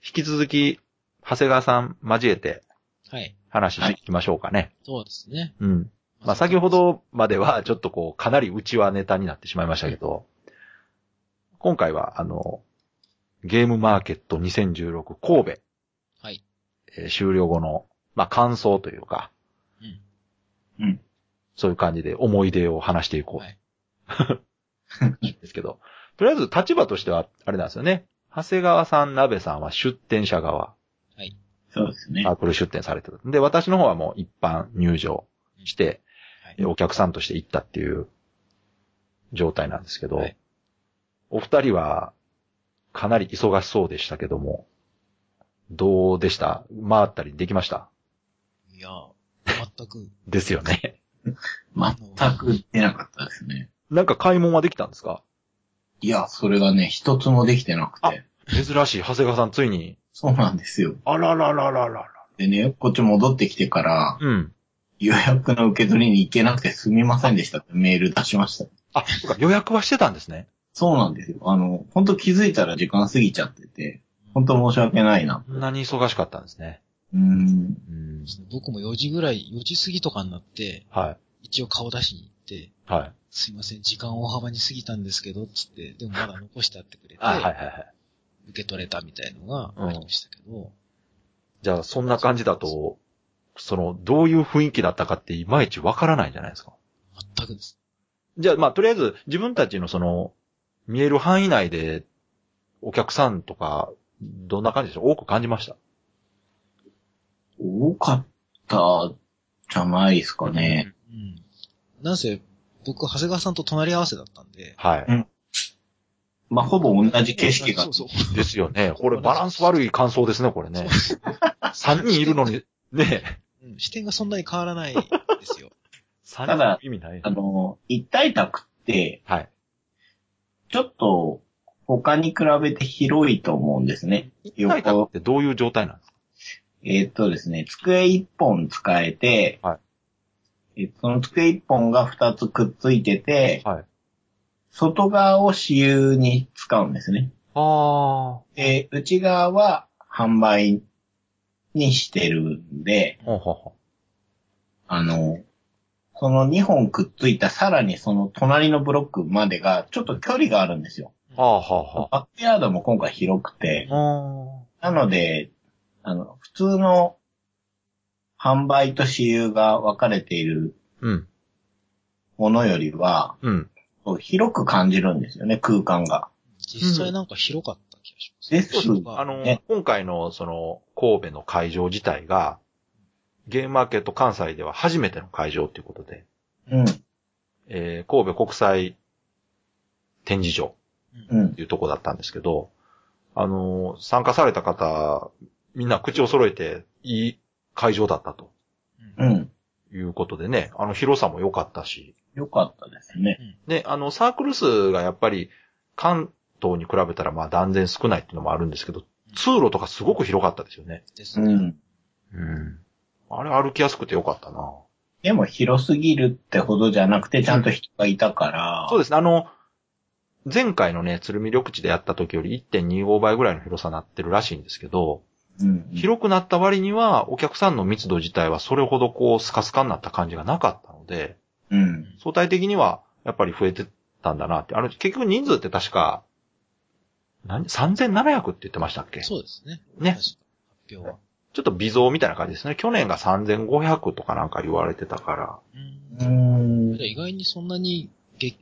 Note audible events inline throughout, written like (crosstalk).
き続き、長谷川さん交えてはい。話していきましょうかね。そうですね。うん。まあ、先ほ。どまではちょっとこう、かなり内輪ネタになってしまいましたけど、今回はあの、ゲームマーケット2016神戸、はい。えー終了後の、まあ、感想というか、うん。うん。そういう感じで思い出を話していこう。はい (laughs) ですけど、とりあえず立場としては、あれなんですよね。長谷川さん、鍋さんは出店者側、そうですねサ。ークル出店されてる。で、私の方はもう一般入場して、はいえお客さんとして行ったっていう状態なんですけど、はいお二人はかなり忙しそうでしたけども、どうでした回ったりできましたいや、全く。ですよね。全く出なかったですね。 (laughs) なんか買い物はできたんですかいや、それがね、一つもできてなくあて。珍しい、長谷川さんついに。そうなんですよ。あらららららら。でね、こっち戻ってきてから、うん。予約の受け取りに行けなくてすみませんでしたってメール出しました。あ、そうか予約はしてたんですね。そうなんですよ。あの、本当気づいたら時間過ぎちゃってて、本当申し訳ないな。こんなに忙しかったんですね。うん。うん。僕も4時ぐらい、4時過ぎとかになって、はい。一応顔出しに行って、はい。すいません、時間大幅に過ぎたんですけど、つって、でもまだ残してあってくれて、あ、はいはいはい。受け取れたみたいのがありましたけど、じゃあ、そんな感じだと、その、どういう雰囲気だったかっていまいちわからないじゃないですか。全くです。じゃあ、まあ、とりあえず、自分たちのその、見える範囲内で、お客さんとか、どんな感じでしょう多く感じました。多かったじゃないですかね。うん。なんせ、僕、長谷川さんと隣り合わせだったんで、はまあ、ほぼ同じ景色が。そうそう。い。ですよね。これ、バランス悪い感想ですね、これ (laughs) ね。3人いるのに、ね、うん視点がそんなに変わらないで (laughs) すよ。 3た人だ意味ないあ。の、一体宅って、はい。ちょっと、他に比べて広いと思うんですね。一体宅ってどういう状態なんですかえーっとですね、机一本使えて、はえーその机一本が二つくっついてて、はい。外側を私有に使うんですね。あで、内側は販売にしてるんで、ー。ほんほんほんあの、その2本くっついたさらにその隣のブロックまでがちょっと距離があるんですよ。あーはあはバックヤードも今回広くてあ。、あなので、あの、普通の販売と私有が分かれているー。うん。ものよりは、うん。こう広く感じるんですよね、空間が。実際なんか広かった気がします。です人があの、ね今回のその神戸の会場自体が、ゲームマーケット関西では初めての会場ということで、うん、えー神戸国際展示場うっん。ていうとこだったんですけど、あのー参加された方、みんな口を揃えていい会場だったとううんん。いうことでね、あの広さも良かったし、よかったですね。で、あの、サークル数がやっぱり関東に比べたらまあ断然少ないっていうのもあるんですけど、通路とかすごく広かったですよね。ですうね。ん。うん。あれ歩きやすくてよかったな。でも広すぎるってほどじゃなくて、ちゃんと人がいたから、そうですね。あの、前回のね、鶴見緑地でやった時より1.25倍ぐらいの広さになってるらしいんですけど、うん、広くなった割にはお客さんの密度自体はそれほどこうスカスカになった感じがなかったので、うん。相対的にはやっぱり増えてたんだなって。あの、結局人数って確か、何 ?3700 って言ってましたっけそうですね。ね。確か発表は。ちょっと微増みたいな感じですね。去年が3500とかなんか言われてたから。うんう。んじゃあ意外にそんなにげいっ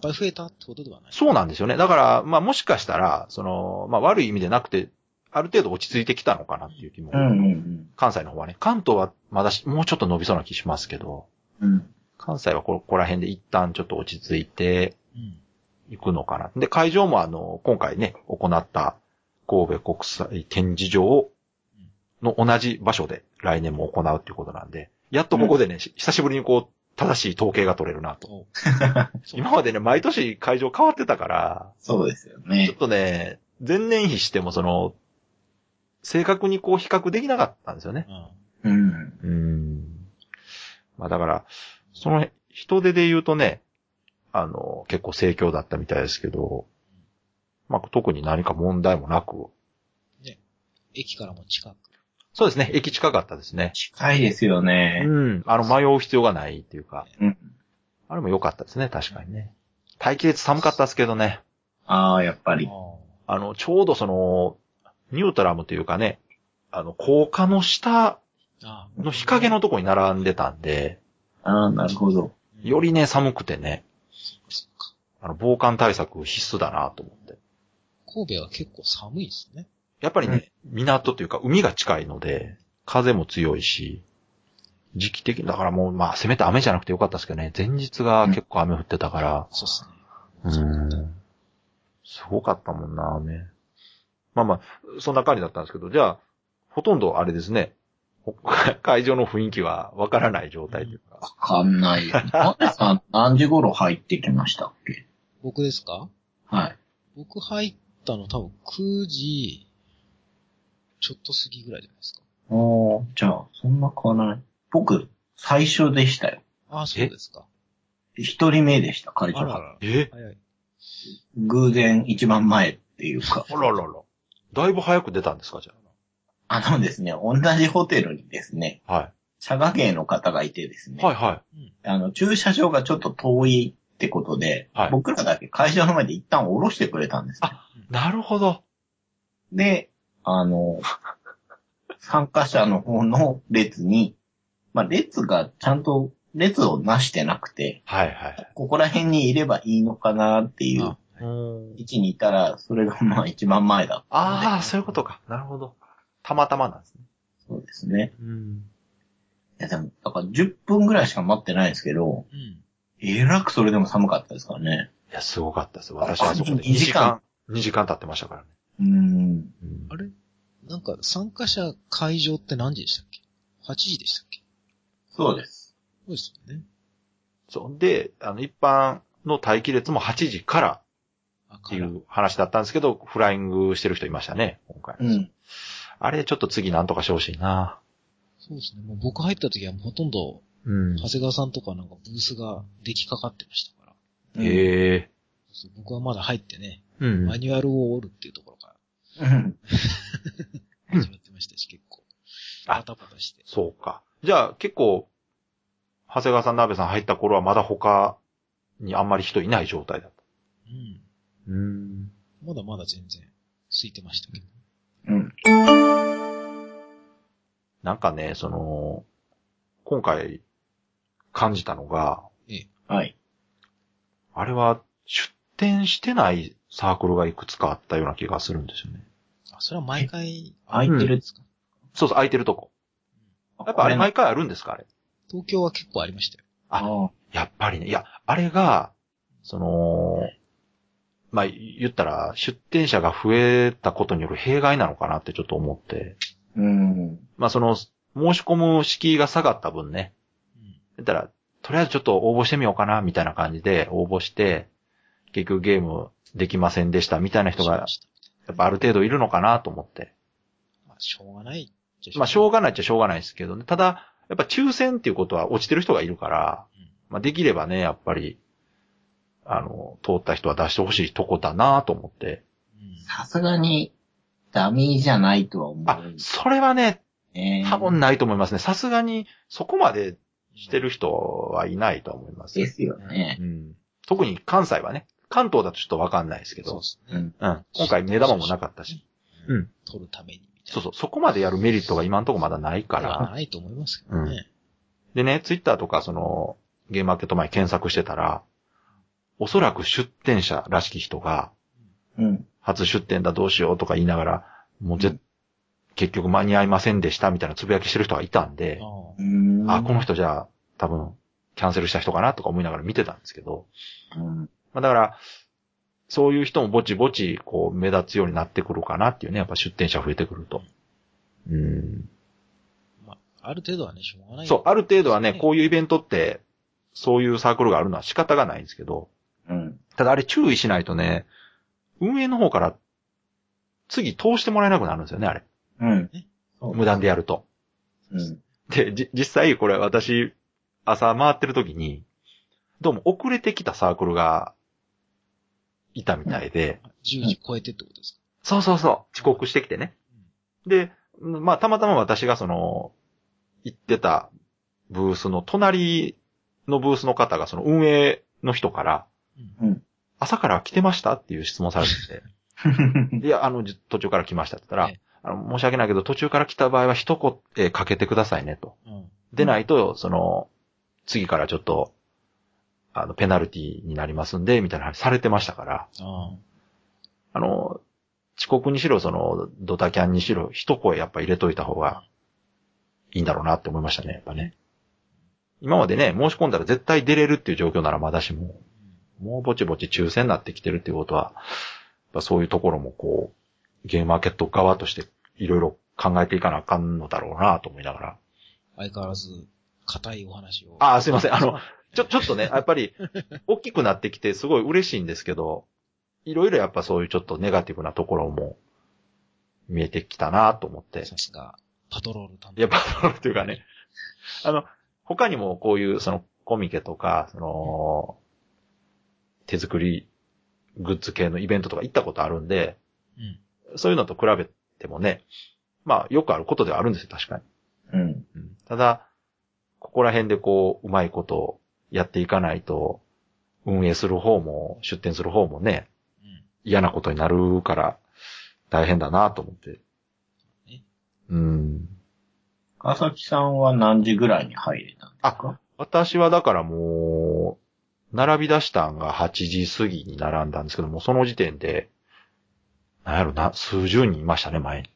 ぱい増えたってことではない。そうなんですよね。だから、まあもしかしたら、その、まあ悪い意味でなくて、ある程度落ち着いてきたのかなっていう気も。うんうん関西の方はね、関東はまだしもうちょっと伸びそうな気しますけど、うん。うん。関西はこここら辺で一旦ちょっと落ち着いて (laughs) うん。いくのかな。で、会場もあの、今回ね、行った神戸国際展示場の同じ場所で来年も行うっていうことなんで、やっとここでね、し久しぶりにこう、正しい統計が取れるなと。とそう今までね、毎年会場変わってたから、そうですよちょっね。とね、前年比してもその、正確にこう比較できなかったんですよね。うんうん。うん。まあだから、その人手で言うとね、あの、結構盛況だったみたいですけど、まあ特に何か問題もなく、ね駅からも近く。そうですね。駅近かったですね。近いですよね。うん。あの、迷う必要がないっていうか。うん。あれも良かったですね、確かにね。大気列寒かったですけどね。ああ、やっぱり。ああの、ちょうどその、ニュートラムというかね、あの、高架の下あの日陰のとこに並んでたんで、ああ、なるほど。よりね、寒くてね、そっかそっかあの、防寒対策必須だなと思って。神戸は結構寒いですね。やっぱりね、港というか海が近いので、風も強いし、時期的、だからもう、まあ、せめて雨じゃなくてよかったですけどね、前日が結構雨降ってたから、そうですね。うーんすごかったもんな、雨。まあまあ、そんな感じだったんですけど、じゃあ、ほとんどあれですね、ほ (laughs) 会場の雰囲気はわからない状態というか。わかんない。マネさん、何時頃入ってきましたっけ僕ですかはい。僕入ったの多分9時、ちょっと過ぎぐらいじゃないですか。おー、じゃあ、そんな変わらない。僕、最初でしたよ。ああ、そうですか。一人目でした、あ会ら長。ら。え早い。偶然一番前っていうか。あららら。だいぶ早く出たんですか、じゃあのですね、同じホテルにですね、あ。は佐賀県の方がいてですね、い。はいはあの、駐車場がちょっと遠いってことで、はい僕らだけ会場の前で一旦降ろしてくれたんですね、い。なるほど。で、あの、参加者の方の列に、まあ、列がちゃんと列をなしてなくて、はいはい。ここら辺にいればいいのかなっていあううーん位置にいたら、それがまあ一番前だっああ、そういうことか。なるほど。たまたまなんですね。たそうですね。うん。いやでも、だから10分ぐらいしか待ってないんですけど、うん。えらくそれでも寒かったですからね。いや、すごかったです。私はそこで2時間。 2時間経ってましたからね。うーん。うんあれなんか参加者会場って何時でしたっけ ?8 時でしたっけそうです。そうですよね。そう。で、あの、一般の待機列も8時からあっていう話だったんですけど、フライングしてる人いましたね、今回。うん。あれ、ちょっと次なんとかしてほしいな。そうですね。もう僕入った時はもうほとんど、うん長谷川さんとかなんかブースが出来かかってましたから。え。へえ。そう僕はまだ入ってね、うんマニュアルを折るっていうところかうんら始まってましたし、結構。あバタバタして。そうか。じゃあ、結構、長谷川さん、鍋さん入った頃はまだ他にあんまり人いない状態だった。うん。うん。まだまだ全然、空いてましたけど。うん。なんかね、その、今回感じたのが、はい。あれは出展してないサークルがいくつかあったような気がするんですよね。あ、それは毎回、空いてあるんるで。すかそうそう、空いてるとこ。やっぱあれ毎回あるんですか、あれ。東京は結構ありましたよ。ああやっぱりね、いや、あれが、その、まあ、言ったら、出店者が増えたことによる弊害なのかなってちょっと思って、うん。まあ、その、申し込む敷居が下がった分ね、うん。言ったら、とりあえずちょっと応募してみようかな、みたいな感じで応募して、結局ゲームできませんでした、みたいな人が、やっぱある程度いるのかなと思って。まあ、しょうがないじゃ。まあ、しょうががないっちゃしょうがないですけどね。ただ、やっぱ抽選っていうことは落ちてる人がいるから、まあ、できればね、やっぱり、あの、通った人は出してほしいとこだなと思って。うん。さすがに、ダミーじゃないとは思あうん、ですそれはね、ね。多分ないと思いますね。さすがに、そこまでしてる人はいないと思います。ですよね。うん、特に関西はね、関東だとちょっとわかんないですけそうどで、すね。うん。うん、今回目玉もなかったし、うん。取るためにみたいそな。うそう、そこまでやるメリットが今のところまだないかではら、ないと思いますけどね。でね、ツイッターとかその、ゲームマーケット前検索してたら、おそらく出店者らしき人が、うん。初出店だどうしようとか言いながら、もうぜ、うん結局間に合いませんでしたみたいなつぶやきしてる人がいたんで、ああうん。あ、この人じゃあ多分キャンセルした人かなとか思いながら見てたんですけど、うん。まあだから、そういう人もぼちぼちこう目立つようになってくるかなっていうね、やっぱ出店者増えてくると。うん。まあ、ある程度はね、しょうがない。そう、ある程度はね、そうですねこういうイベントって、そういうサークルがあるのは仕方がないんですけど、うん。ただあれ注意しないとね、運営の方から次通してもらえなくなるんですよね、あれ。うん。無断でやると。うん。で、じ、実際これ私、朝回ってる時に、どうも遅れてきたサークルが、いたみたいで、 10時超えてってことですかそうそうそう、遅刻してきてね。で、まあ、たまたま私がその、行ってたブースの隣のブースの方がその運営の人から、うん朝から来てましたっていう質問されて (laughs) て、いや、あの、じ途中から来ましたって言ったらええ、あの申し訳ないけど、途中から来た場合は一言えーかけてくださいねと。うん。でないと、その、次からちょっと、あの、ペナルティになりますんで、みたいな話されてましたから、ああの、遅刻にしろ、その、ドタキャンにしろ、一声やっぱ入れといた方がいいんだろうなって思いましたね、やっぱね。今までね、申し込んだら絶対出れるっていう状況ならまだしも、もうぼちぼち抽選になってきてるっていうことは、やっぱそういうところもこう、ゲームマーケット側としていろいろ考えていかなあかんのだろうなと思いながら。あ。相変わらず、硬いお話を。ああ、すいません。あの、ちょ、ちょっとね、やっぱり、大きくなってきてすごい嬉しいんですけど、いろいろやっぱそういうちょっとネガティブなところも見えてきたなと思って。さすが、パトロール担当。いや、パトロールというかね。あの、他にもこういう、その、コミケとか、その、手作りグッズ系のイベントとか行ったことあるんで、うん。そういうのと比べてもね、まあ、よくあることではあるんですよ、確かに。うん。うんただ、ここら辺でこう、うまいことをやっていかないと、運営する方も、出店する方もね、うん。嫌なことになるから、大変だなと思ってね。うん。川崎さんは何時ぐらいに入れたんですか私はだからもう、並び出したんが8時過ぎに並んだんですけども、その時点で、なんやろな、数十人いましたね、前に。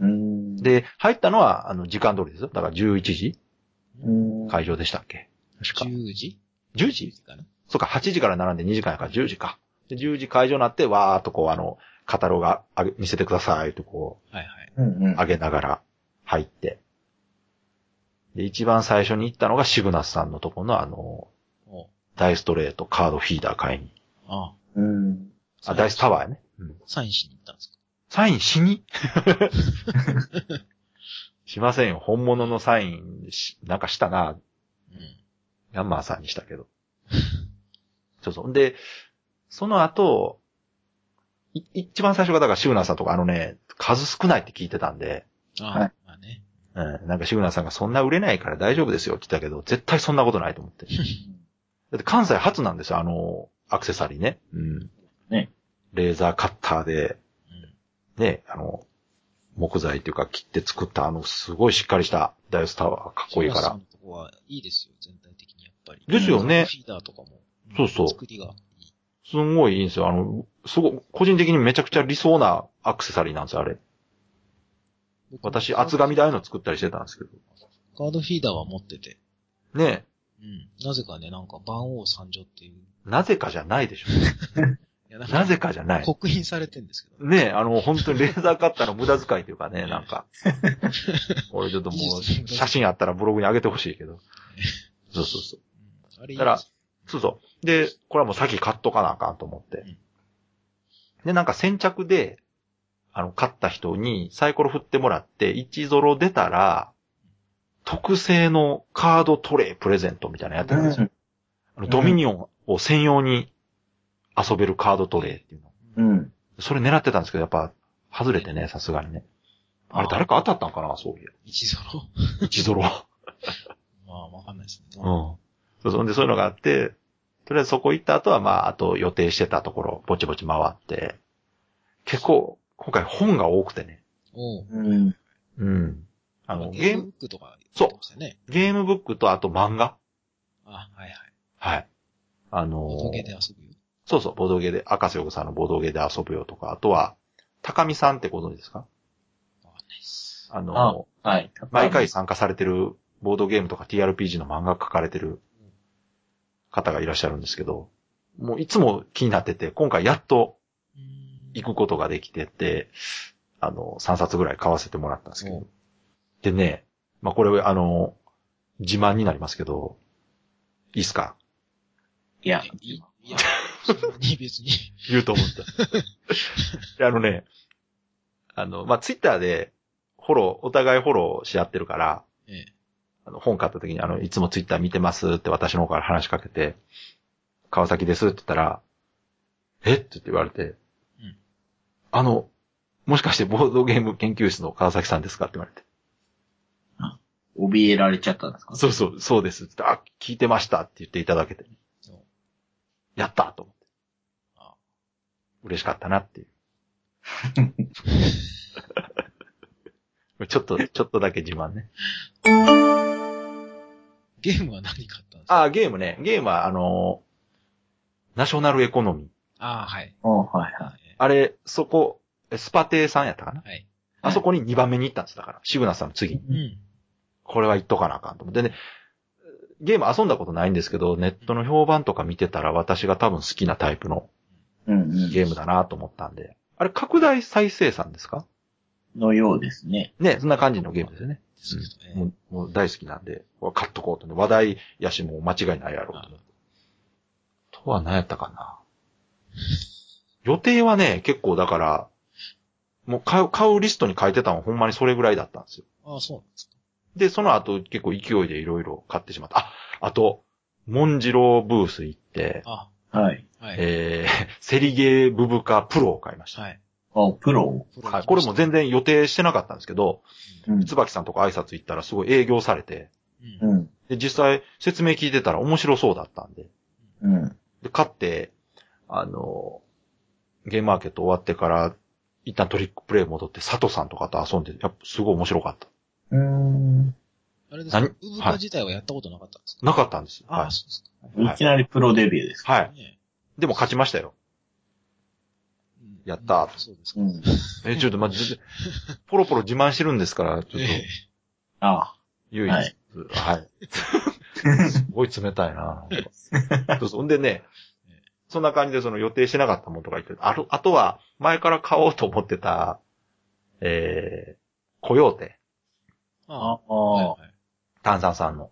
うん。、で、入ったのは、あの、時間通りですよ。だから11時うん。会場でしたっけ確か。 10時10時時かな。そうか、8時から並んで2時間やから10時か。で、10時会場になって、わーっとこう、あの、カタログあげ、見せてくださいとこはいはい。うんう、上げながら入って。で、一番最初に行ったのがシグナスさんのとこのあの、おダイストレートカードフィーダー買いに。あうん。うん。あ、ダイスタワーやね。うん。サインしに行ったんですかサインしにしませんよ。本物のサインし、なんかしたな。うん。ヤンマーさんにしたけど。 (laughs) そうそう。んで、その後、い一番最初がだからシグナーさんとかあのね、数少ないって聞いてたんで、あはあい、まあね。うん、なんかシグナーさんがそんな売れないから大丈夫ですよって言ってたけど、絶対そんなことないと思って。だって関西初なんですよ、あの、アクセサリーね。うん。ね。レーザーカッターで、うん。ね、あの、木材というか切って作ったあの、すごいしっかりしたダイオスタワーかっこいいかシグナスさらん。のとこはいいですよ、全体的にやっぱり。ですよねフィーダーとかも。そうそう作りがいい。すんごいいいんですよ。あの、すごい、個人的にめちゃくちゃ理想なアクセサリーなんですよ、あれ。僕も私、厚紙でああいうの作ったりしてたんですけど。カードフィーダーは持ってて。ねうん。なぜかね、なんか、万王三女っていう。え、なぜかじゃないでしょ。 (laughs) いや、なんなぜかじゃない。刻印されてんですけど。ねえ、あの、本当にレーザーカッターの無駄遣いというかね、なん (laughs) か。俺ちょっともう、写真あったらブログに上げてほしいけ (laughs) ど。そうそうそう。うんあれいいだからそうそう。で、これはもう先買っとかなあかんと思ってうん。で、なんか先着で、あの、買った人にサイコロ振ってもらって、1ゾロ出たら、特製のカードトレイプレゼントみたいなのやってたんですよ。あのドミニオンを専用に遊べるカードトレイっていうの。うん。それ狙ってたんですけど、やっぱ、外れてね、さすがにね。あれ、誰か当たったんかなそういや。一ゾロ1ゾロ。まあ、わかんないですね。うん。そうそう。んで、そういうのがあって、とりあえずそこ行った後は、まあ、あと予定してたところ、ぼちぼち回って、結構、今回本が多くてね。おううん。うん。あの、ゲゲーームブム、ックとか、そうましたね。ゲームブックとあと漫画あ、はいはい。はい。あのーおかげで遊ぶよ。そうそう、ボードゲーで、赤瀬横さんのボードゲーで遊ぶよとか、あとは、高見さんってご存知ですかわかんないっす。あのーあはい。毎回参加されてるボードゲームとか TRPG の漫画書かれてる方がいらっしゃるんですけど、もういつも気になってて、今回やっとうーん行くことができてて、あの、3冊ぐらい買わせてもらったんですけうど。でね、まあ、これ、あの、自慢になりますけど、いいっすかいや、いいいや、そんなに別に。 (laughs) 言うと思った。 (laughs) であのね、あの、まあ、ツイッターで、フォロー、お互いフォローし合ってるから、ええあの、本買った時に、あの、いつもツイッター見てますって私の方から話しかけて、川崎ですって言ったら、えって言って言われて、うんあの、もしかしてボードゲーム研究室の川崎さんですかって言われて。怯えられちゃったんですかそうそう、そうですって言って。あ、聞いてましたって言っていただけて。そうやったと思ってあ。嬉しかったなって (laughs) いう。ちょっと、ちょっとだけ自慢ね。ゲームは何買ったんですかあ、ゲームね。ゲームは、あのーナショナルエコノミー。ああ、はい。あはいはい。あれ、そこ、えスパテーさんやったかな、はい。あそこに2番目に行ったんです。だから、シグナスさんの次に。うん。これは言っとかなあかんと思って。でね、ゲーム遊んだことないんですけど、ネットの評判とか見てたら私が多分好きなタイプのうんうん。ゲームだなと思ったんで。あれ、拡大再生産ですかのようですね。ね、そんな感じのゲームですよね。ですけどもね。うもう大好きなんで、わ買っとこうとね。話題やし、もう間違いないやろうと思って。とは何やったかな。予定はね、結構だから、もう買う、買うリストに書いてたのはほんまにそれぐらいだったんですよ。ああ、そうなんですか。で、その後結構勢いでいろいろ買ってしまった。あ、あと、モンジローブース行って、あはい。あ、はい。えー、 (laughs) セリゲーブブカプロを買いました。はい。あ、ププロ。ロ行きましたはい、これも全然予定してなかったんですけど、うん。椿さんとか挨拶行ったらすごい営業されて、うん。うん。で、実際説明聞いてたら面白そうだったんで、うん。で、買って、あの、ゲームマーケット終わってから、一旦トリックプレイ戻って、佐藤さんとかと遊んで、やっぱすごい面白かった。うん。あれですか何ウブカ自体はやったことなかったんですかなかったんです。あはあ、い。そうですか。はいいきなりプロデビューですか。はい。い。でも勝ちましたよ。うんやったうんそうですか。うん。え、ちょっと待って、 (laughs) ポロポロ自慢してるんですから、ちょっとええ、あ唯一。ははいい。すごい冷たいななんか (laughs) そうそう。ほんでね、そんな感じでその予定してなかったものとか言って、あとあとは、前から買おうと思ってた、えー、コヨーテ、あああ。あ、ははい。炭酸さんの。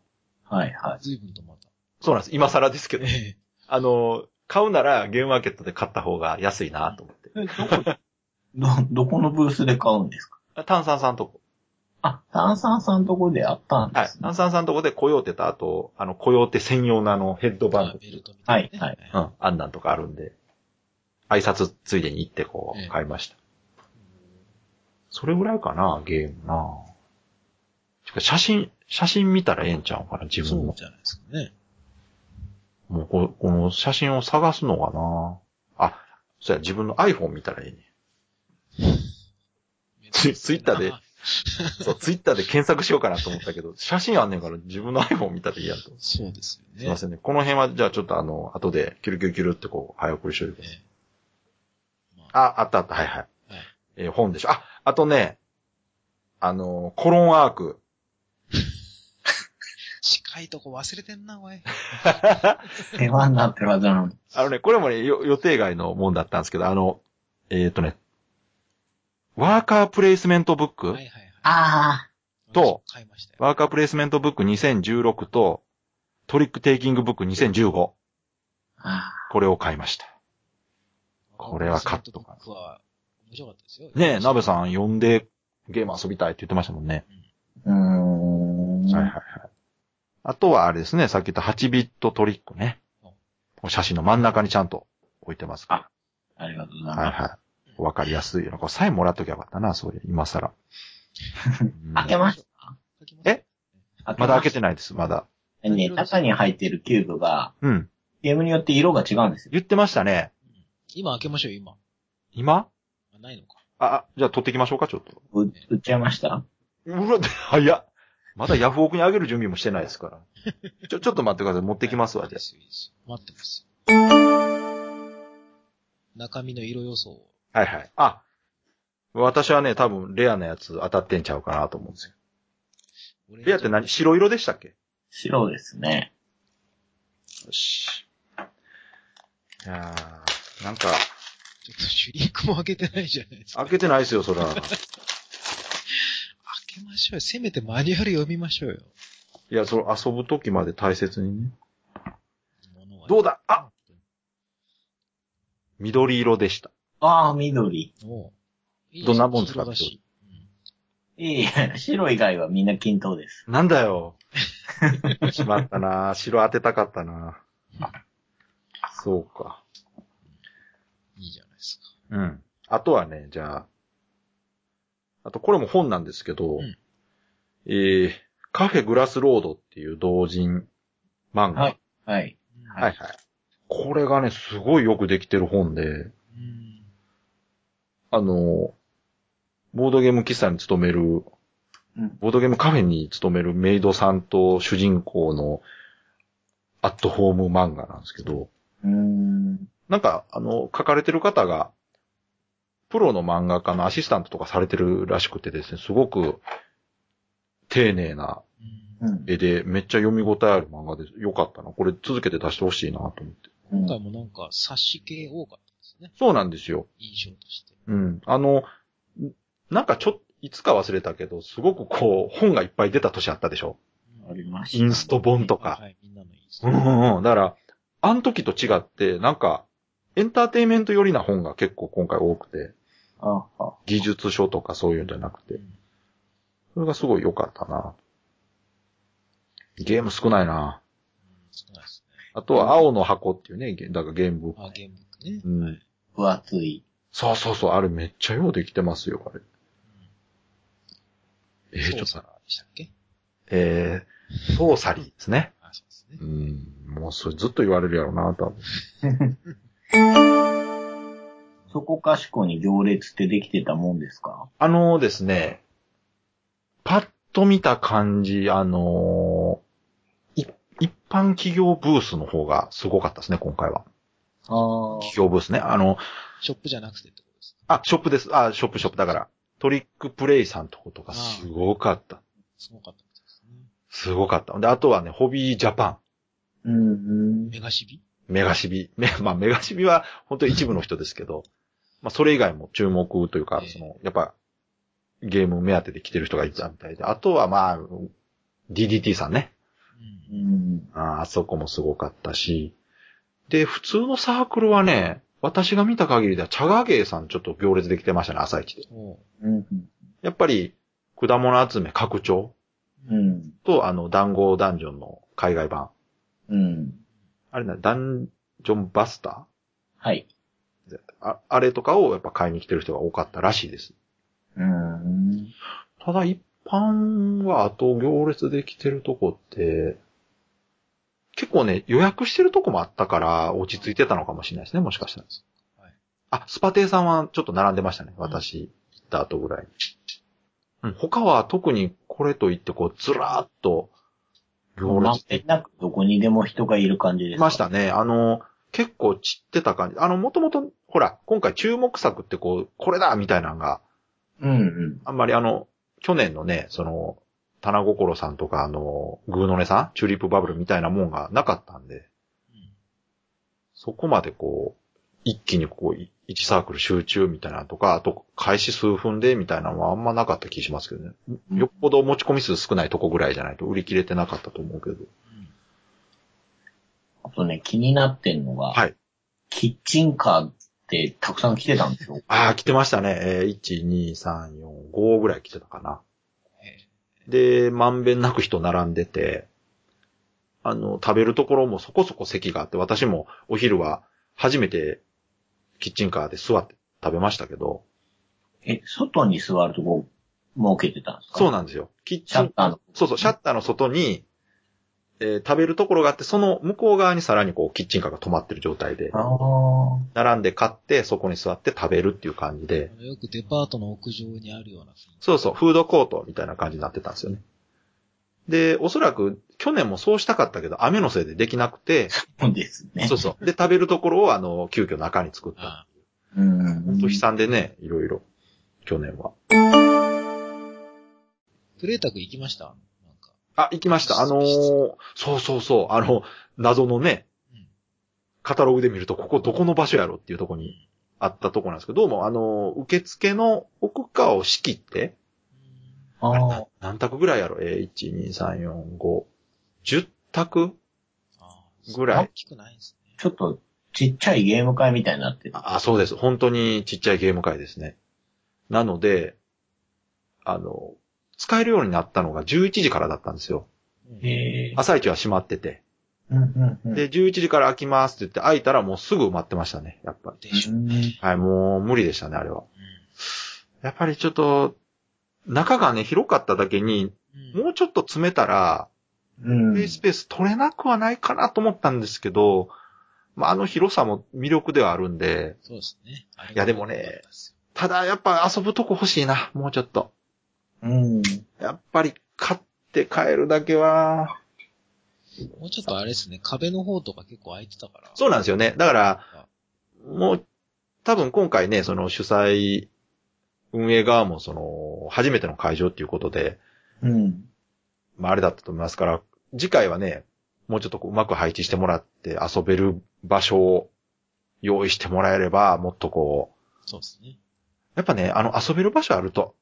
いは随分とまた。そうなんです。今更ですけどえ。え。あの、買うならゲームマーケットで買った方が安いなと思って。い。どこ、ど、どこのブースで買うんですか炭酸さんとこ。あ、炭酸さんとこであったんではいす。ね。炭酸さんとこでコヨーテとあと、あの、コヨーテ専用のあのヘッドバンド。ベルトみたいなね。はいうん、あんなんとかあるんで、挨拶ついでに行ってこええう、買いました。それぐらいかな、ゲームな。てか写真、写真見たらええんちゃうかな、自そ分うの。じゃないですかね。もうこ、この写真を探すのがな。あ、そうや、自分の iPhone 見たらええね。ツイツイッターであ。そう、Twitter で検索しようかなと思ったけど、写真あんねんから自分の iPhone 見たらいいやんと。そうですよね。すいませんね。この辺は、じゃあちょっとあの、後で、キュルキュルキュルってこう、早送りしといてくださいええまああ、あったあった、はいはい。はいえー本でしょ。あ、あとね、あのーコロンアーク。近いとこ忘れてんな、おい。世話になってるはずなのに。あのね、これもね、よ予定外のもんだったんですけど、あの、えっ、とね、ワーカープレイスメントブック、はいはいはい。あと買いましたよ。ワーカープレイスメントブック2016と、トリックテイキングブック2015。あ。あこれを買いました。これはカ買ットかな僕は、面白かったですよ。ねえ、鍋ん。さん呼んでゲーム遊びたいって言ってましたもんね。あ。うーん。はいはいはい。あとはあれですね、さっき言った8ビットトリックねうん。写真の真ん中にちゃんと置いてますから。ありがとうございはいます。はい。わかりやすいよな。これサインもらっときゃよかったな、そういう、今更。うん開けました書きましたえまだ開けてないです、まだ。ね、中に入ってるキューブが、うん。ゲームによって色が違うんですよ。言ってましたね。うん今開けましょうよ、今。今あないのか。あ、あじゃあ取ってきましょうか、ちょっと。う売っちゃいましたうわ、早っ。まだヤフオクにあげる準備もしてないですから。ちょ、ちょっと待ってください。持ってきますわ、いいじでゃすよいいですよ待ってますよ。中身の色予想を。あ。はいはい。あ、私はね、多分レアなやつ当たってんちゃうかなと思うんですよ。レアって何白色でしたっけ白ですね。よし。いやー、なんか、ちょっとシュリンクも開けてないじゃないですか。開けてないですよ、そら。 (laughs) 開けましょうよ。せめてマニュアル読みましょうよ。いや、その遊ぶ時まで大切に (laughs) ね。物はどうだあ緑色でした。ああ、緑。おういいですどんなもんですか黄色だしうんい (laughs) いえ、白以外はみんな均等です。なんだ (laughs) よ。しまったな白当てたかったなそうか。いいじゃないですか。うん。あとはね、じゃあ、あとこれも本なんですけど、うんえー、カフェグラスロードっていう同人漫画。はいはい。はいはい。これがね、すごいよくできてる本で、うん。あの、ボードゲーム喫茶に勤める、うんボードゲームカフェに勤めるメイドさんと主人公のアットホーム漫画なんですけど、うーん。なんか、あの、書かれてる方が、プロの漫画家のアシスタントとかされてるらしくてですね、すごく丁寧なうん。うん。絵で、めっちゃ読み応えある漫画です。よかったな。これ続けて出してほしいなと思って。今回もなんか冊子系多かったですね。そうなんですよ。印象として。うん。あの、んなんかちょっと、いつか忘れたけど、すごくこう、本がいっぱい出た年あったでしょうんありました。インスト本とか。はい、みんなのインスト。うんううんうん。だから、あの時と違って、なんか、エンターテインメント寄りな本が結構今回多くて、ああ、技術書とかそういうんじゃなくて、んそれがすごい良かったな。ゲーム少ないな。少ないですね。あとは、青の箱っていうね、ゲだからゲームブック。あ、ゲームブックね。うん。分厚い。そうそうそう、あれめっちゃようできてますよ、あれ。えー、ちょっと操作、でしたっけえー、ソーサリーですね。あ、そうですね。うん、もうそれずっと言われるやろな、多分。そこかしこに行列ってできてたもんですかあのですね、パッと見た感じ、あのーい一般企業ブースの方がすごかったですね、今回は。ああ企業ブースね。あの、ショップじゃなくてってことですね。あ、ショップです。あ、ショップショップ。だから、トリックプレイさんとことかすごかった。すごかったみたいですね。すごかった。で、あとはね、ホビージャパン。うんうん。メガシビメガシビ。 (laughs) めまあ、メガシビは本当に一部の人ですけど、 (laughs) まあ、それ以外も注目というかえ、えその、やっぱ、ゲーム目当てで来てる人がいたみたいで、あとはまあ、DDT さんね。う。うんん。あーあそこもすごかったし。で、普通のサークルはね、私が見た限りでは、チャガゲーさんちょっと行列できてましたね、朝一で。おううん。やっぱり、果物集め拡張うん。と、あの、談合ダンジョンの海外版。うん。あれな、ダンジョンバスターはい。ああれとかをやっぱ買いに来てる人が多かったらしいです。うん。ただ一般はあと行列できてるとこって、結構ね、予約してるとこもあったから落ち着いてたのかもしれないですね、もしかしたら。はいあ、スパテイさんはちょっと並んでましたね、私行った後ぐらいに。うん、他は特にこれといってこう、ずらーっと行まん列べでんなくどこにでも人がいる感じですきかまし。たね。あの、結構散ってた感じ。あの、もともと、ほら、今回注目作ってこう、これだみたいなのが、うんうん。あんまりあの、去年のね、その、棚心さんとか、あの、グーの音さん、チューリップバブルみたいなもんがなかったんで、うんそこまでこう、一気にこう、い一サークル集中みたいなのとか、あと、開始数分でみたいなのはあんまなかった気しますけどね。よっぽど持ち込み数少ないとこぐらいじゃないと売り切れてなかったと思うけど。あとね、気になってんのが、はいキッチンカーってたくさん来てたんですよ。ああ、来てましたね。えー、1、2、3、4、5ぐらい来てたかな。えで、まんべんなく人並んでて、あの、食べるところもそこそこ席があって、私もお昼は初めてキッチンカーで座って食べましたけど、え、外に座るとこ設けてたんですかそうう。なんですよ。キッシチャッン、ターの。そうそう、シャッターの外に、えー食べるところがあって、その向こう側にさらにこうキッチンカーが止まってる状態で、あ並んで買って、そこに座って食べるっていう感じでえ、あのよくデパートの屋上にあるような雰囲気。そうそう、フードコートみたいな感じになってたんですよね。で、おそらく去年もそうしたかったけど、雨のせいでできなく (laughs) て、あ、そうですね。そうそう。で、食べるところを、あの、急遽中に作った。あう。うん。ほんと悲惨でね、いろいろ。去年は。プレータク行きましたなんか。あ、行きました。あのーそうそうそう。あの、謎のね、うん。カタログで見ると、ここどこの場所やろっていうとこにあったとこなんですけど、どうも、あのー受付の奥側を仕切って、ああれーな何択ぐらいやろえー、1、2、3、4、5、10択あぐらい大きくないですね。ちょっとちっちゃいゲーム会みたいになってる。あ、あそうです。本当にちっちゃいゲーム会ですね。なので、あの、使えるようになったのが11時からだったんですよ。へえ。朝一は閉まってて。うんうんうん。で、11時から開きますって言って開いたらもうすぐ埋まってましたね、やっぱり。でしょ。うんはい、もう無理でしたね、あれは。やっぱりちょっと、中がね、広かっただけに、うん。もうちょっと詰めたら、うんフリースペース取れなくはないかなと思ったんですけど、まあ、あの広さも魅力ではあるんで、そうですね。いやでもねありがたかったですただやっぱ遊ぶとこ欲しいな、もうちょっと。うん。やっぱり買って帰るだけは、よ。もうちょっとあれですね、壁の方とか結構空いてたから。そうなんんですよね。だから、か。もう、多分今回ね、その主催、運営側もその、初めての会場っていうことで、うん。まああれだったと思いますから、次回はね、もうちょっとこううまく配置してもらって遊べる場所を用意してもらえれば、もっとこう、そうですね。やっぱね、あの遊べる場所あると、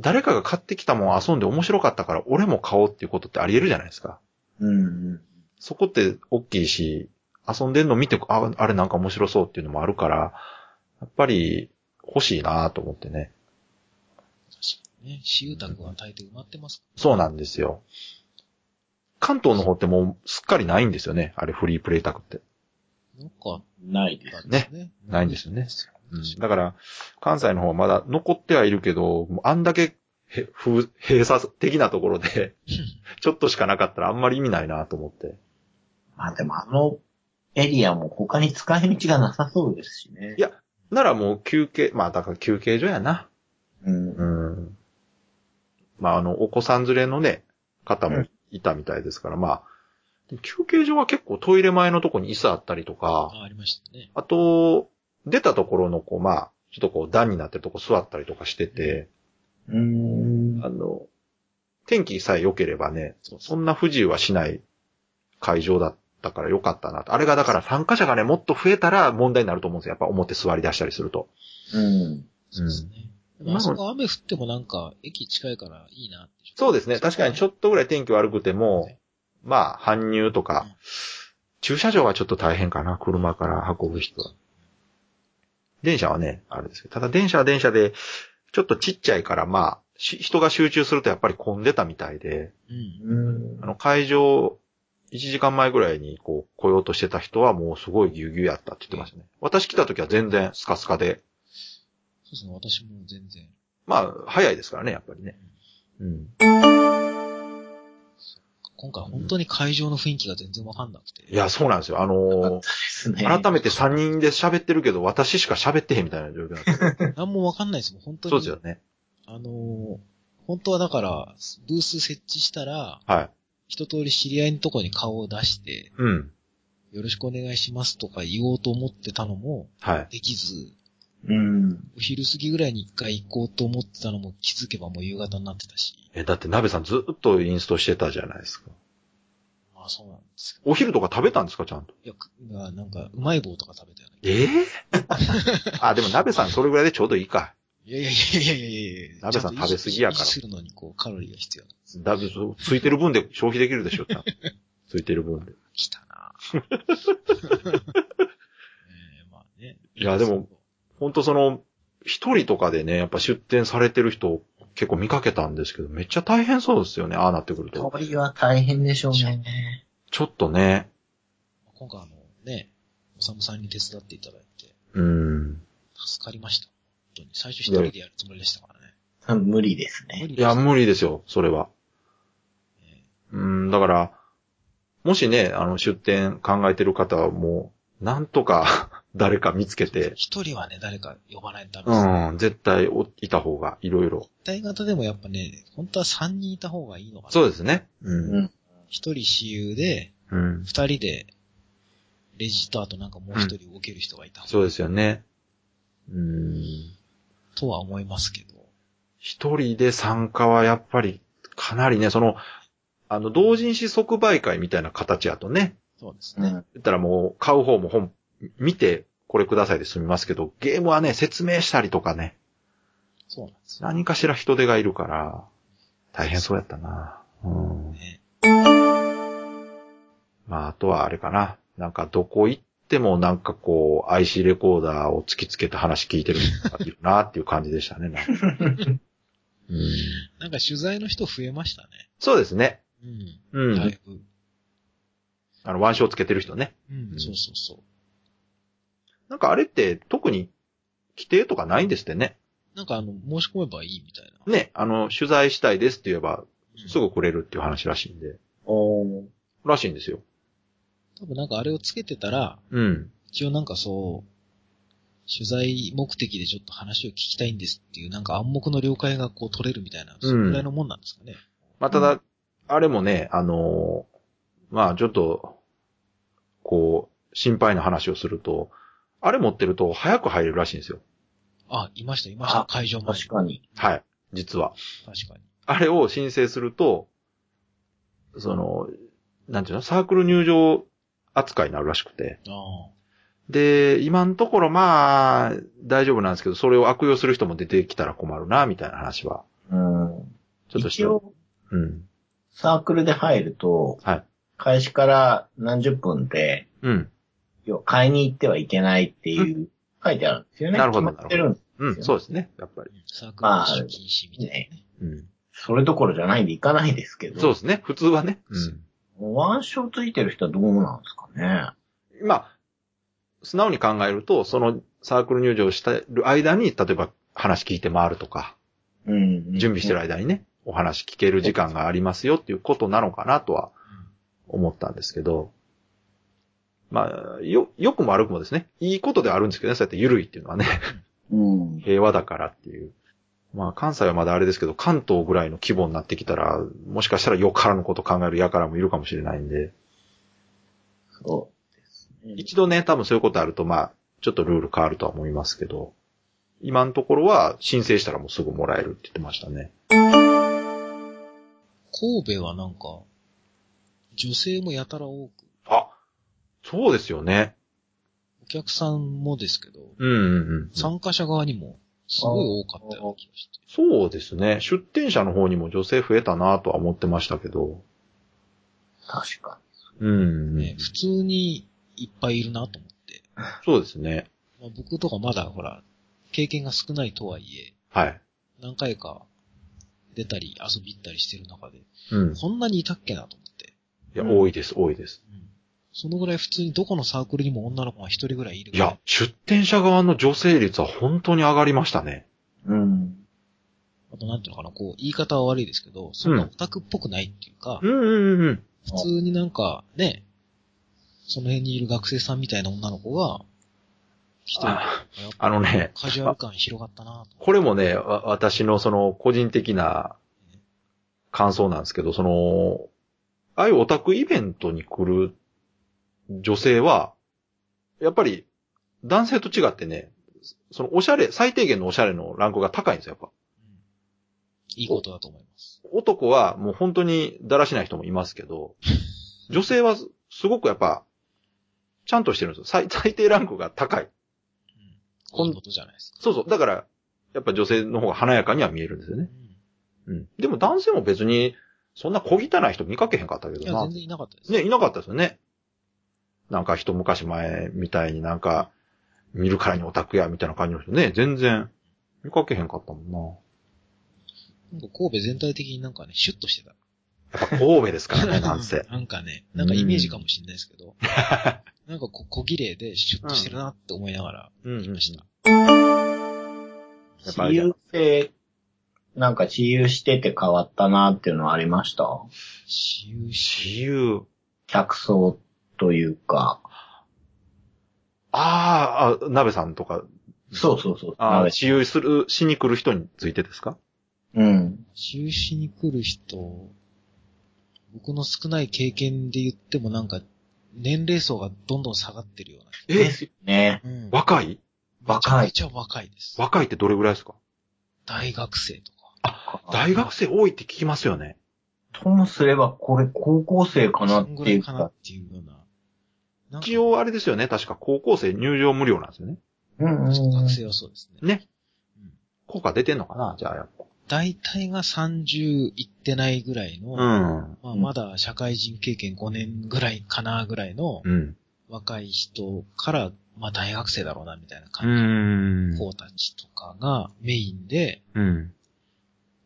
誰かが買ってきたもん遊んで面白かったから俺も買おうっていうことってあり得るじゃないですか。うん。そこって大きいし、遊んでんの見て、あ、あれなんか面白そうっていうのもあるから、やっぱり欲しいなと思ってね。確かにね。私有宅は大抵埋まってますかそうなんですよ。関東の方ってもうすっかりないんですよね。あれフリープレイタクって。ら。なんかあっないです。たんですね。ないんですよね。ううんん、だから、関西の方はまだ残ってはいるけど、もうあんだけへ封閉鎖的なところで、ちょっとしかなかったらあんまり意味ないなと思って。まあでもあのエリアも他に使い道がなさそうですしねい。やならもう休憩、まあだから休憩所やな。うん。うん。まあ、あの、お子さん連れのね、方もいたみたいですから、まあ、でも休憩所は結構トイレ前のとこに椅子あったりとか、あ、ありましたね。あと、出たところのこう、まあ、ちょっとこう段になってるとこ座ったりとかしてて、うん。あの、天気さえ良ければね、そうそそうんな不自由はしない会場だったから良かったなと。あれがだから参加者がね、もっと増えたら問題になると思うんですよ。やっぱ表座り出したりすると。うん。そうですね。でもあそこ雨降ってもなんか、駅近いからいいなって。そうですね。確かにちょっょっとぐらい天気悪くても、まあ、搬入とか、うん駐車場はちょっと大変かな。車から運ぶ人は。電車はね、あれですけど。ただ電車は電車で、ちょっとちっちゃいから、まあ、し人が集中するとやっぱり混んでたみたいで、と。うん。うんあの、会場、1時間前ぐらいにこう来ようとしてた人はもうすごいギュウギュウやったって言ってましたね。私来た時は全然スカスカで、そうですね、私も全然。まあ、早いですからね、やっぱりね。うん。今回本当に会場の雰囲気が全然わかんなくて。いや、そうなんですよ。あのーですね。改めて3人で喋ってるけど、私しか喋ってへんみたいな状況なんですよ。なんもわかんないですもん、本当に。そうですよね。あのー本当はだから、ブース設置したら、はい。一通り知り合いのとこに顔を出して、うん。よろしくお願いしますとか言おうと思ってたのも、はい。できず、うん。お昼過ぎぐらいに一回行こうと思ってたのも気づけばもう夕方になってたし。え、だって、鍋さんずっとインストしてたじゃないですか。まあそうなんですお昼とか食べたんですか、ちゃんと。けど。いやくまあ、なんか、うまい棒とか食べたよね。ええ (laughs) あ、でも鍋さんそれぐらいでちょうどいいか。いやいやいやいやいやいやいや。鍋さんちゃと食維持べ過ぎやから維持するのにこう、カロリーが必要な。だいぶ、そうついてる分で消費できるでしょ、ちゃ (laughs) んと。ついてる分で。来たなえーまあね。いやでも、ほんとその、一人とかでね、やっぱ出店されてる人結構見かけたんですけど、めっちゃ大変そうですよね、ああなってくると。鳥は大変でしょうね。ちょっとね、今回あの、ね、おさむさんに手伝っていただいて、うん。助かりました。本当に。最初一人でやるつもりでしたからね。無理です無ね。理いですや、無理ですよ、それは。ねうん、だから、もしね、あの、出店考えてる方はもう、なんとか (laughs) 誰か見つけて、一人はね、誰か呼ばないとダメです。うん、絶対おいた方がいろいろ。大型でもやっぱね、本当は三人いた方がいいのかな。そうですね。うん。一人私有で、うん。二人で、レジとあとなんかもう一人動ける人がいた方そうですよね。うん。とは思いますけど。一人で参加はやっぱり、かなりね、その、あの、同人誌即売会みたいな形やとね、そうですうね。ん。言ったらもう、買う方も本、見て、これくださいで済みますけど、ゲームはね、説明したりとかね、そうなんですよ。何かしら人手がいるから、大変そうやったな。うん。ねまあ、あとはあれかな。なんか、どこ行ってもなんかこう、IC レコーダーを突きつけて話聞いてる人がいるなっていう感じでしたね。なんかうん、なんか取材の人増えましたね。そうですね。うん。うん。だいぶ。あの、腕章つけてる人ね。うん、そうそうそう。なんかあれって特に規定とかないんですってね。なんかあの、申し込めばいいみたいな。ね、あの、取材したいですって言えば、すぐ来れるっていう話らしいんで。おーらしいんですよ。多分なんかあれをつけてたら、うん。一応なんかそう、取材目的でちょっと話を聞きたいんですっていう、なんか暗黙の了解がこう取れるみたいな、それぐらいのもんなんですかね。まあ、ただ、あれもね、あのーまあ、ちょっと、こう、心配な話をすると、あれ持ってると早く入れるらしいんですよ。あ、いました、いました、あ会場まで。確かに。はい。実は。確かに。あれを申請すると、その、なんていうの、サークル入場扱いになるらしくて。あで、今のところまあ、大丈夫なんですけど、それを悪用する人も出てきたら困るな、みたいな話は。うん。ちょっとして一応、うん。サークルで入ると、はい。開始から何十分で、うん。要は買いに行ってはいけないっていう、書いてあるんですよね。なるほど決まってるんでうん、そうですね。やっぱりあ。。サークルまあの禁止みたいすな。ね。うん。それどころじゃないんで行かないですけど。そうですね。普通はね。うん腕章ついてる人はどうなんですかね。うん。まあ、素直に考えると、そのサークル入場してる間に、例えば話聞いて回るとか、うん。準備してるい。間にね、お話聞ける時間がありますよっていうことなのかなとは思ったんですけど、まあ、よ、良くも悪くもですね、いいことではあるんですけどね、そうやって緩いっていうのは (laughs) ね、うん。平和だからっていう。まあ、関西はまだあれですけど、関東ぐらいの規模になってきたら、もしかしたらよからぬこと考えるやからもいるかもしれないんで、そうですね。一度ね、多分そういうことあると、まあ、ちょっとルール変わるとは思いますけど、今のところは申請したらもうすぐもらえるって言ってましたね。神戸はなんか、女性もやたら多く、あ、そうですよね。お客さんもですけど、うんうんうん。参加者側にも、すごい多かったような気がして。そうですね。出店者の方にも女性増えたなとは思ってましたけど。確かうん、ね、普通にいっぱいいるなと思って。そうですね。まあ、僕とかまだほら、経験が少ないとはいえ、はい。何回か出たり遊び行ったりしてる中で、うん。いこんなにいたっけなと思って。や、うん多いです、多いです。そのぐらい普通にどこのサークルにも女の子が一人ぐらいいるいぐらや、出店者側の女性率は本当に上がりましたね。に。うん。あとなんていうのかな、こう、言い方は悪いですけど、そんなオタクっぽくないっていうか、うんうんうん。普通になんかね、その辺にいる学生さんみたいな女の子が、一人、あやっぱあのね、カジュアル感広がったなと。これもね、わ私のその個人的な感想なんですけど、その、ああいうオタクイベントに来る女性は、やっぱり男性と違ってね、そのおしゃれ、最低限のおしゃれのランクが高いんですよ、やっぱ。いいことだと思います。男はもう本当にだらしない人もいますけど、女性はすすごくやっぱ、ちゃんとしてるんですよ。最 (laughs) 最低ランクが高い。うん。いいことじゃないですか。そうそう。だから、やっぱ女性の方が華やかには見えるんですよねう。んうん。でも男性も別に、そんな小汚い人見かけへんかったけいどや、な全。然いなかったです。ね、いなかったですよね。なんか一昔前みたいになんか、見るからにオタクや、みたいな感じの人ね、全然、見かけへんかったもなんか神戸全体的になんかね、シュッとしてた。んな。やっぱ神戸です (laughs) からね、なんせ。なんかね、なんかイメージかもしれないですけど、なんかこう小綺麗でシュッとしてるなって思いながらうん行きました。やっぱ自り由性、なんか自由してて変わったなっていうのはありました私有自由。客層というか。あーあ、鍋さんとか、そうそうそう。あー鍋私有する、しに来る人についてですかうん。中止に来る人、僕の少ない経験で言ってもなんか、年齢層がどんどん下がってるような。ですよね。うん若い若いめちゃめちゃ若いです。若いってどれぐらいですか大学生とか。大学生多いって聞きますよね。ともすれば、これ高校生かなっそんぐてらいいうかなかっ。ていうような。なんか一応あれですよね、確か高校生入場無料なんですよね。うんうん。学生はそうですね。ねうん。効果出てんのかなじゃあやっぱ。大体が30いってないぐらいの、うん。まあ、まだ社会人経験5年ぐらいかなぐらいのうん。若い人から、まあ大学生だろうなみたいなう感じのん。子たちとかがメインで、うん。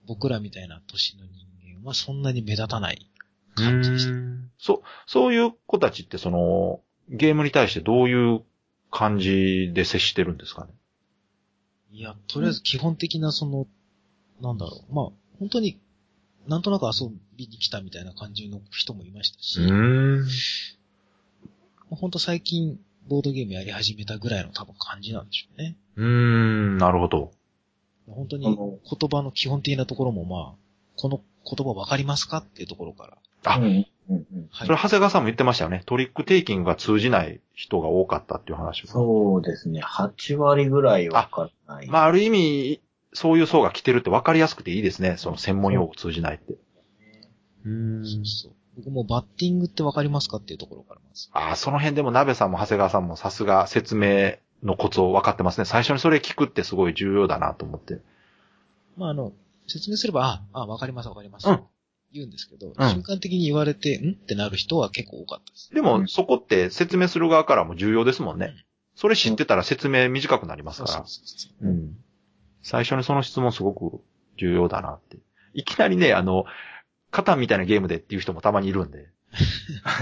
僕らみたいな年の人間はそんなに目立たない感じでした。そう、そういう子たちってその、ゲームに対してどういう感じで接してるんですかねいや、とりあえず基本的なその、なんだろう。まあ、本当に、なんとなく遊びに来たみたいな感じの人もいましたし、まん。あ本当最近、ボードゲームやり始めたぐらいの多分感じなんでしょうね。うーん、なるほど。本当にあの言葉の基本的なところもまあ、この言葉わかりますかっていうところから。あうんうんうんそはれ、長谷川さんも言ってましたよね。トリックテイキングが通じない人が多かったっていう話を。そうですね。8割ぐらいわからない。まあ、ある意味、そういう層が来てるって分かりやすくていいですね。その専門用語通じないって。うそうそう。僕もバッティングってわかりますかっていうところからまず。ああ、その辺でも鍋さんも長谷川さんもさすが説明のコツを分かってますね。最初にそれ聞くってすごい重要だなと思って。まああの、説明すれば、あ、あ、わかりますわかります。うん言うんですけど、うん瞬間的に言われて、んってなる人は結構多かったです。でうも、んそこって説明する側からも重要ですもんうねん。それ知ってたら説明短くなりますから。そうそうううん。最初にその質問すごく重要だなって。いきなりね、あの、カタンみたいなゲームでっていう人もたまにいるんで。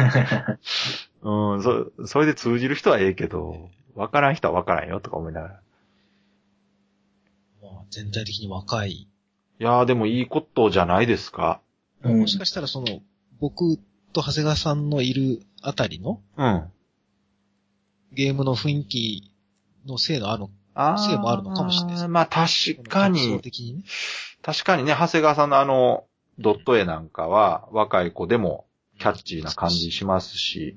(laughs) うん、そ、それで通じる人はええけど、わからん人はわからんよとか思いながら。そうまあ、全体的に若い。いやーでもいいことじゃないですか。うんもしかしたらその、僕と長谷川さんのいるあたりのうん。ゲームの雰囲気のせいのあの、あーせいもあるのかもしれないですまあ確かその特徴に、的にね。確かにね、長谷川さんのあの、ドット絵なんかは、若い子でもキャッチーな感じしますし、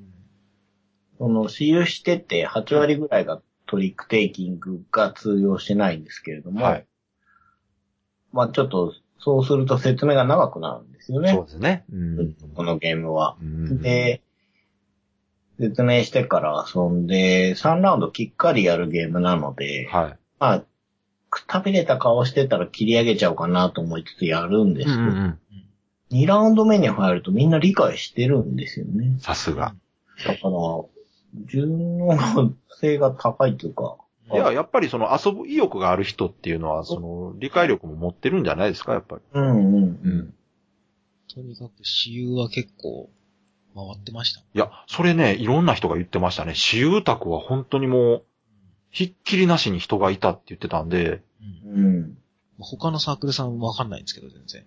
その、私有してて、8割ぐらいがトリックテイキングが通用してないんですけれども、はいまあちょっと、そうすると説明が長くなるんですよそうね。ですね。うん。このゲームは。うん、で、説明してから遊んで、3ラウンドきっかりやるゲームなので、はまあ、くたびれた顔してたら切り上げちゃおうかなと思いつつやるんい。でうんすうけど、んうん。 2ラウンド目に入るとみんな理解してるんですよね。さすが。だから、順応性が高いというか、いや、やっぱりその遊ぶ意欲がある人っていうのは、その理解力も持ってるんじゃないですか、やっぱり。うんうん。うん。とにかく私有は結構回ってました。いや、それね、いろんな人が言ってましたね。私有宅は本当にもう、ひっきりなしに人がいたって言ってたんで、うんうん。他のサークルさんわかんないんですけど、全然。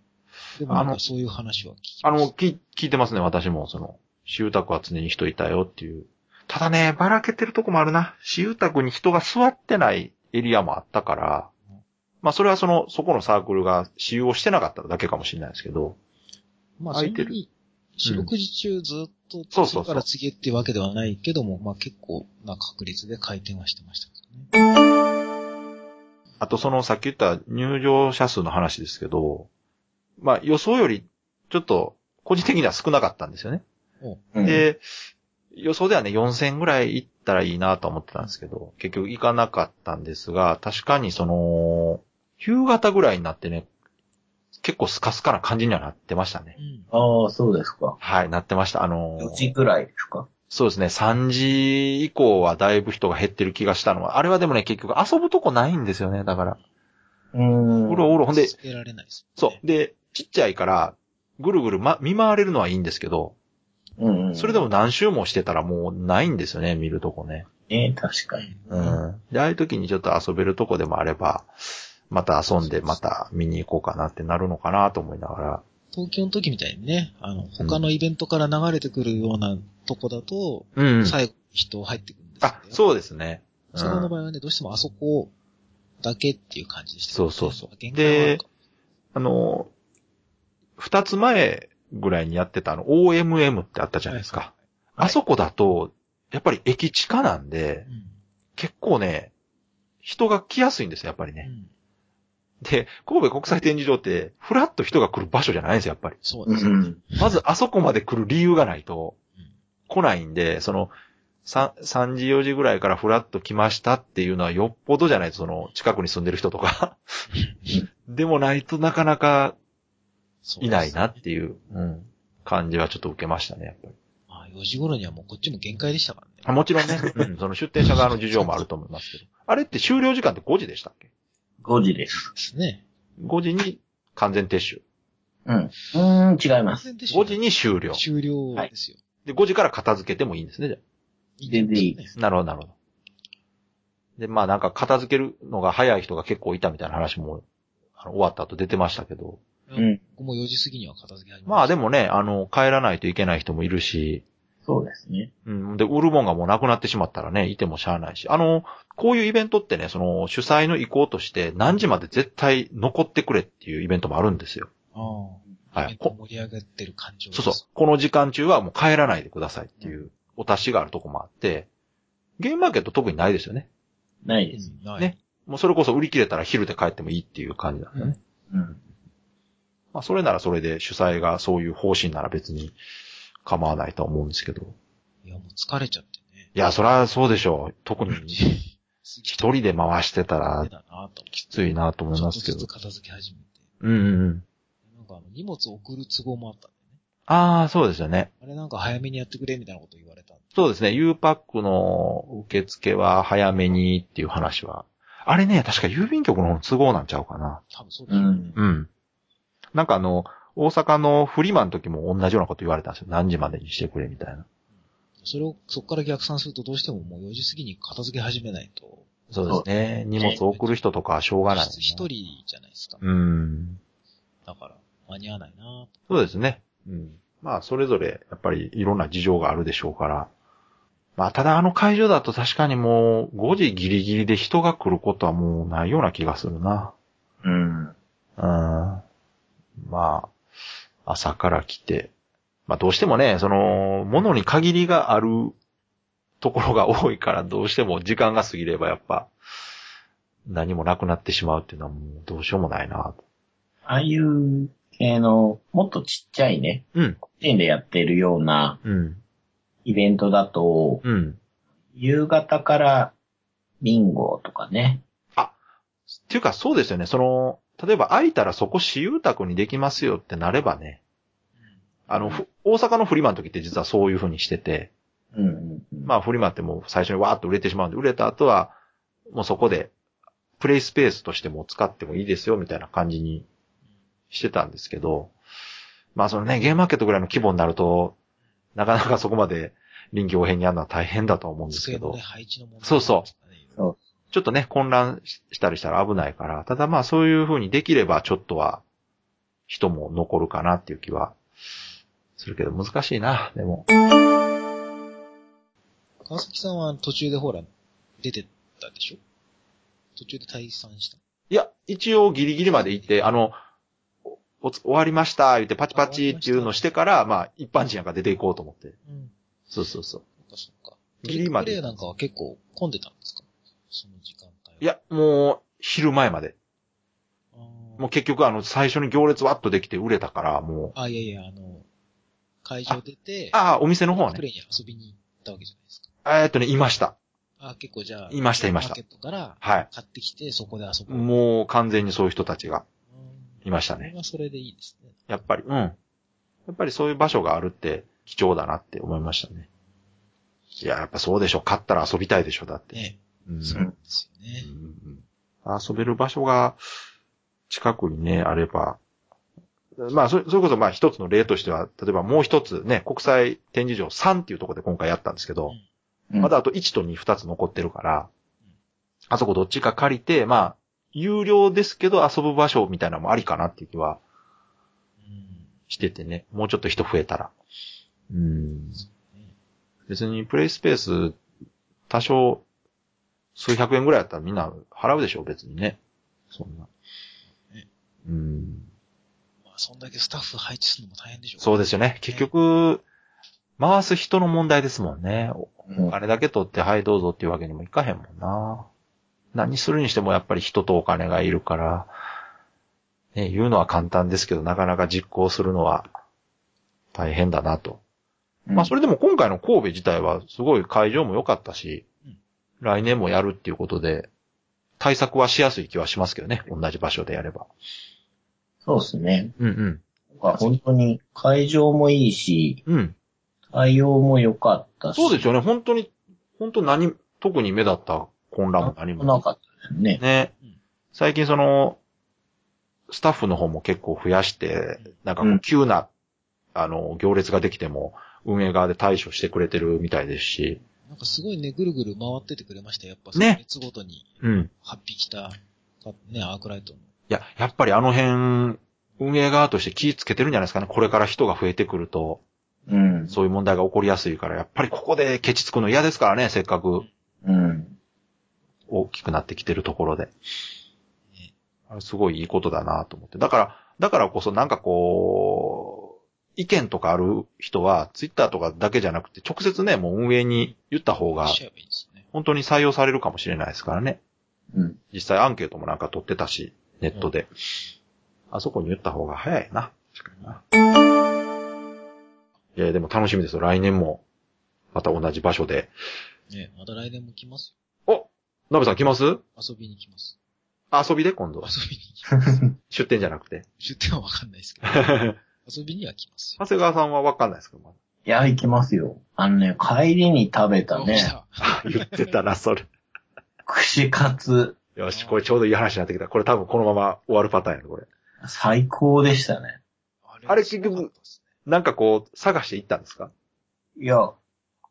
でもあなのんかそういう話は聞きあまの、す。き聞いてますね、私も。その、私有宅は常に人いたよっていう。ただね、ばらけてるとこもあるな。私有宅に人が座ってないエリアもあったから、まあそれはその、そこのサークルが私有をしてなかっただけかもしれないですけど、まあ、空そいんてなるに、四六時中ずっと、そうそうそう次から次へっていうわけではないけども、まあ結構な確率で回転はしてましたけどね。あとそのさっき言った入場者数の話ですけど、まあ予想よりちょっと個人的には少なかったんですよね。うん、で、予想ではね4000ぐらい行ったらいいなと思ってたんですけど、結局行かなかったんですが、確かにその、夕方ぐらいになってね、結構スカスカな感じにはなってましたね。うん。ああ、そうですか。はい、なってました。あのー4時くらいですか。そうですね、3時以降はだいぶ人が減ってる気がしたのは、あれはでもね、結局遊ぶとこないんですよね、だから。うーん。うろうろ、ほんで、続けられないです、そう。で、ちっちゃいから、ぐるぐる、ま、見回れるのはいいんですけど、うんうん。それでも何周もしてたらもうないんですよね、見るとこね。ね、確かうに。ん。うん。で、ああいう時にちょっと遊べるとこでもあれば、また遊んで、また見に行こうかなってなるのかなと思いながら。東京の時みたいにね、あの、他のイベントから流れてくるようなとこだと、うん最後人入ってくるんですけどあ、そうですね。うんそこの場合はね、どうしてもあそこだけっていう感じでした、そうそうそう限界はあるかあの、二つ前ぐらいにやってたあの、OMM ってあったじゃないですか。はいあそこだと、やっぱり駅地下なんでう、ん結構ね、人が来やすいんですよ、やっぱりね。うんで、神戸国際展示場って、フラッと人が来る場所じゃないんですよ、やっぱり。そううですね。ん。まずあそこまで来る理由がないとうん、来ないんで、その、3, 3時4時ぐらいからフラッと来ましたっていうのはよっぽどじゃないと、その、近くに住んでる人とか。でもないとなかなかそういですないなっていう、うん、感じはちょっと受けましたね、やっぱり。まあ、4時頃にはもうこっちも限界でしたからね。あもちろんね、うん、その出店者側の事情もあると思いますけど。あれって終了時間って5時でしたっけ5時です。ですね。 ?5 時に完全撤収。うん。うーん、違います。 5時に終了。終了ですよ。で、5時から片付けてもいいんですね、じゃあ全然いいですね。なるほど、なるほど。で、まあなんか片付けるのが早い人が結構いたみたいな話も、あの終わった後出てましたけど。うん。僕も4時過ぎには片付け始めまあでも。もね、あの、帰らないといけない人もいるし、そうですね。うん。で、売るもんがもうなくなってしまったらね、いてもしゃあないし。あの、こういうイベントってね、その、主催の意向として何時まで絶対残ってくれっていうイベントもあるんですよ。ああ。はいイベントを盛り上がってる感情ですそうそう。この時間中はもう帰らないでくださいっていうお達しがあるとこもあって、ゲームマーケット特にないですよね。ないです。うん。ない。ねもうそれこそ売り切れたら昼で帰ってもいいっていう感じなんだよね。うん。まあそれならそれで主催がそういう方針なら別に構わないとは思うんですけど。いや、もう疲れちゃってね。いや、そりゃそうでしょう。特に一一人で回してたらだなときついなと思いちょまっとすけずどつ。片付け始めて。うんうんうん。なんかあの、荷物送る都合もあったんだよね。ああ、そうですよね。あれなんか早めにやってくれみたいなこと言われたんで。そうですね。U パックの受付は早めにっていう話は。あれね、確か郵便局の都合なんちゃうかな。多分そうだよね。うん。なんかあの、大阪のフリマの時も同じようなこと言われたんですよ。何時までにしてくれみたいな。それを、そこから逆算するとどうしてももう4時過ぎに片付け始めないと。そうですね。荷物を送る人とかはしょうがない、実質一。人じゃないですか。うん。だから、間に合わないなとそうですね。うん。まあ、それぞれ、やっぱりいろんな事情があるでしょうから。まあ、ただあの会場だと確かにもう5時ギリギリで人が来ることはもうないような気がするな。うん。うん。まあ、朝から来て。まあどうしてもね、その、ものに限りがあるところが多いから、どうしても時間が過ぎればやっぱ、何もなくなってしまうっていうのはもうどうしようもないな。ああいう系の、もっとちっちゃいね、うん。園でやってるようなうん。イベントだと、うん。夕方からビンゴとかね。っていうかそうですよね、その、例えば空いたらそこ私有宅にできますよってなればね、あの、ふ大阪のフリマの時って実はそういう風にしてて、うんうんうん。まあ、フリマってもう最初にわーっと売れてしまうんで、売れた後は、もうそこで、プレイスペースとしても使ってもいいですよ、みたいな感じにしてたんですけど、まあ、そのね、ゲームマーケットぐらいの規模になると、なかなかそこまで臨機応変にやるのは大変だとは思うんですけ机のどね、、配置の問題。そうそうちょっとね、混乱ししたりしたら危ないから、ただまあ、そういう風にできれば、ちょっとは、人も残るかなっていう気は、するけど、難しいな、でも。川崎さんは途中でほら、出てったでしょ途中で退散した。いや、一応ギリギリまで行って、あの、おおつ終わりました、言ってパチパチっていうのしてから、まあ、一般人やから出ていこうと思って。うん。そうそうそう。そっかそっか。ギリまでトリックプレイなんかは結構混んでたんですかその時間帯は。いや、もう、昼前まで。あー、もう結局、あの、最初に行列わっとできて売れたから、もう、あ、いやいや、あの、会場出て、ああ、お店の方トリックはプね。レイに遊びに行ったわけじゃないですか。えーっとね、いました。あ、結構じゃあ、いましたいましたマーケットからはい。買ってきて、そこで遊ぶ。うもう、完全にそういう人たちがん。いましたそれね。はそれでいいですね。やっぱり、うん。やっぱりそういう場所があるって、貴重だなって思いましたね。いや、やっぱそうでしょ。買ったら遊びたいでしょ、だって。ね、うんそうですよね。遊べる場所が近くにね、あれば。まあ、それ、それこそまあ一つの例としては、例えばもう一つね、国際展示場3っていうところで今回やったんですけど、うんまだあと1と2、2つ残ってるからうん、あそこどっちか借りて、まあ、有料ですけど遊ぶ場所みたいなのもありかなっていう気はうん。しててね、もうちょっと人増えたら。うん。ね別にプレイスペース、多少、数百円ぐらいだったらみんな払うでしょ、別にね。そんなね。うん。まあ、そんだけスタッフ配置するのも大変でしょそううですよね。結局、回す人の問題ですもんね。うんお金だけ取って、はい、どうぞっていうわけにもいかへんもんな。何するにしてもやっぱり人とお金がいるから、ね、言うのは簡単ですけど、なかなか実行するのは大変だなと。まあそれ、れでも今回の神戸自体はすごい会場も良かったし、うん来年もやるっていうことで、対策はしやすい気はしますけどね、同じ場所でやれば。そうですね。うんうん。なんか本当に会場もいいし、うん。対応も良かったし。そうですよ。よね、本当に、本当何、特に目立った混乱も何もなかったですね。ねうん。最近その、スタッフの方も結構増やしてうん、なんかこう急な、あの、行列ができても、運営側で対処してくれてるみたいですし、なんかすごいね、ぐるぐる回っててくれましたよやっぱ、ね列ごとにうん。 8匹来た、ね、アークライトの。いや、やっぱりあの辺、運営側として気ぃつけてるんじゃないですかね。これから人が増えてくると、うん。そういう問題が起こりやすいから、やっぱりここでケチつくの嫌ですからね、せっかくうん。大きくなってきてるところで。あれすごいいいことだなと思って。だから、だからこそなんかこう、意見とかある人は、ツイッターとかだけじゃなくて、直接ね、もう運営に言った方が、しちゃえばいいですよね。本当に採用されるかもしれないですからね。うん。実際アンケートもなんか取ってたし、ネットで。あそこに言った方が早いな。確かにな。いや、でも楽しみですよ。来年も、また同じ場所で。ね、また来年も来ますおナベさん来ますよ。遊びに来ます。遊びで今度は。遊びに来ます。出店じゃなくて。出店はわかんないですけ (laughs) ど、長遊びには来ますよ。谷川さんはわかんないですけど、まだいや、行きますよ。あのね、帰りに食べた来まねし、たあ言ってたな、それ。串カツ、 (laughs) よし、これちょうどいい話になってきた。これ多分このまま終わるパターンやね、これ。最高でしたね。あれ結局すごかったですなんかこう、探していったんですかいや、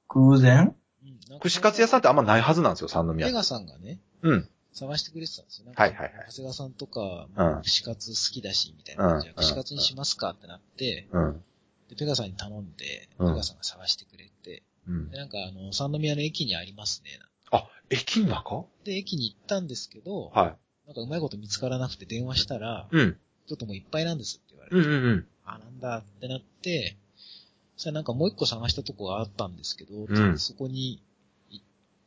偶然ねうんなんか串カツ屋さんってあんまないはずなんですよ、三宮ペ。ガさんがね、うん。探してくれてたんですよ。なんかはいはいはい長谷川さんとうかん、串カツ好きだし、みたいな感じで、うん串カツにしますかってなって、うん。で、ペガさんに頼んで、ペうんガさんが探してくれて、うんで、。なんかあの、三宮の駅にありますね。あ、駅の中で、駅に行ったんですけど、はなんかうまいこと見つからなくて電話したら、い。うん。ちょっともういっぱいなんですって言われて、うんうんうん。あ、なんだってなって、それなんかもう一個探したとこがあったんですけど、うんそこにい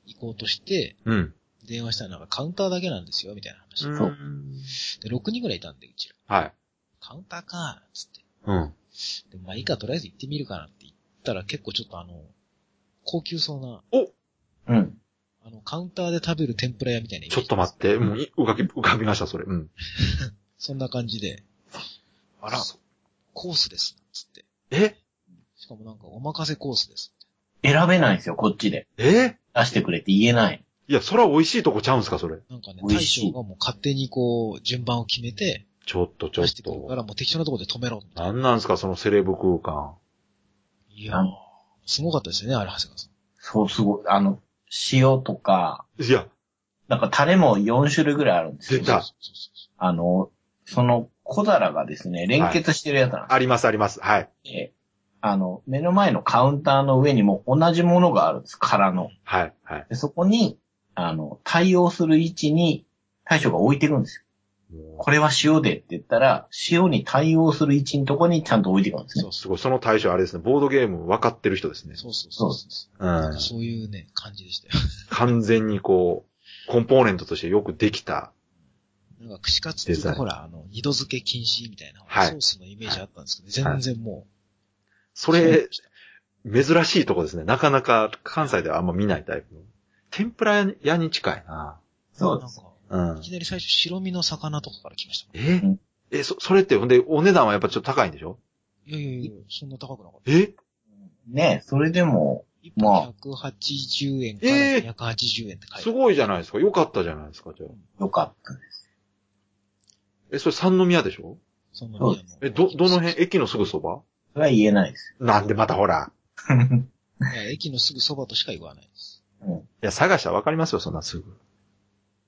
行こうとして、うん。電話したらなんかカウンターだけなんですよ、みたいな話。そうんで、6人ぐらいいたんで、うちら。はい。カウンターか、つって。うん。でもまあいいか、とりあえず行ってみるかなって言ったら結構ちょっとあの、高級そうな、うん。あの、カウンターで食べる天ぷら屋みたいなイメーちょジ。っと待って、もうい浮かび、浮かびました、それ。うん。そんな感じで、あそコースです、つって。えしかもなんかお任せコースです。選べないんですよ、こっちで。え出してくれって言えない。いや、そら美味しいとこちゃうんすか、それ。なんかね、美大味しい将がもう勝手にこう、順番を決めて、ちょっと、ちょ出っしてくるかと。らもう適当なところで止めろみたいな。なんなんすか、そのセレブ空間。いやー、すごかったですよね、あれ、長谷川さん。そう、すごい。あの、塩とか、いや、なんかタレも4種類ぐらいあるんですよ出。た。そうそうそうそあの、その小皿がですね、連結してるやつなんであります、あります。はい。すよ。あの、目の前のカウンターの上にも同じものがあるんです、空の。はい、はい。でそこに、あの、対応する位置に大将が置いてるんですよ。もこれは塩でって言ったら、塩に対応する位置のとこにちゃんと置いていくんですねう。うすごい、その対象あれですね、ボードゲーム分かってる人ですねう。。そうそうそうそう。うなんんか。そういうね、感じでしたよ。完全にこう、コンポーネントとしてよくできた。なんか、串カツっていうデザイか、ンほら、あの、二度漬け禁止みたいな、はいソースのイメージあったんですけど、全然も。そうれ、珍しいとこですね。なかなか関西ではあんま見ないタイプの。天ぷら屋に近いな。そうなでんす。か、うんいき。なり最初、白身の魚とかから来ましたもん。えうんえ、そ、それって、ほんで、お値段はやっぱちょっと高いんでしょいやいやいや、そんな高くなかった。えねそれでも、一ま本あ180円かえら280円って書いてあする。ごいじゃないですか。よかったじゃないですか、じゃあ。よかったです。え、それ三宮でしょそのそう宮のえ、ど、どの辺駅のすぐそばそれは言えな (laughs) いです。なんでまたほら。うんいや駅のすぐそばとしか言わないです。いや、探したらわかりますよ、そんなすぐ。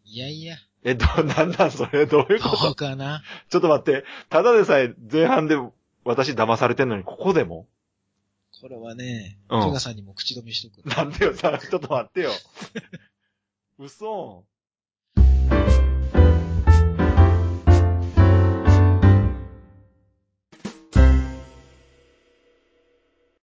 いや (laughs) いや、え、ど、なんなんそれ、どういうことどうかな。ちょっと待って、ただでさえ前半で私騙されてんのに、ここでもこれはね、うんジュガさんにも口止めしとく。なんでよ、さ、ちょっと待ってよ。嘘。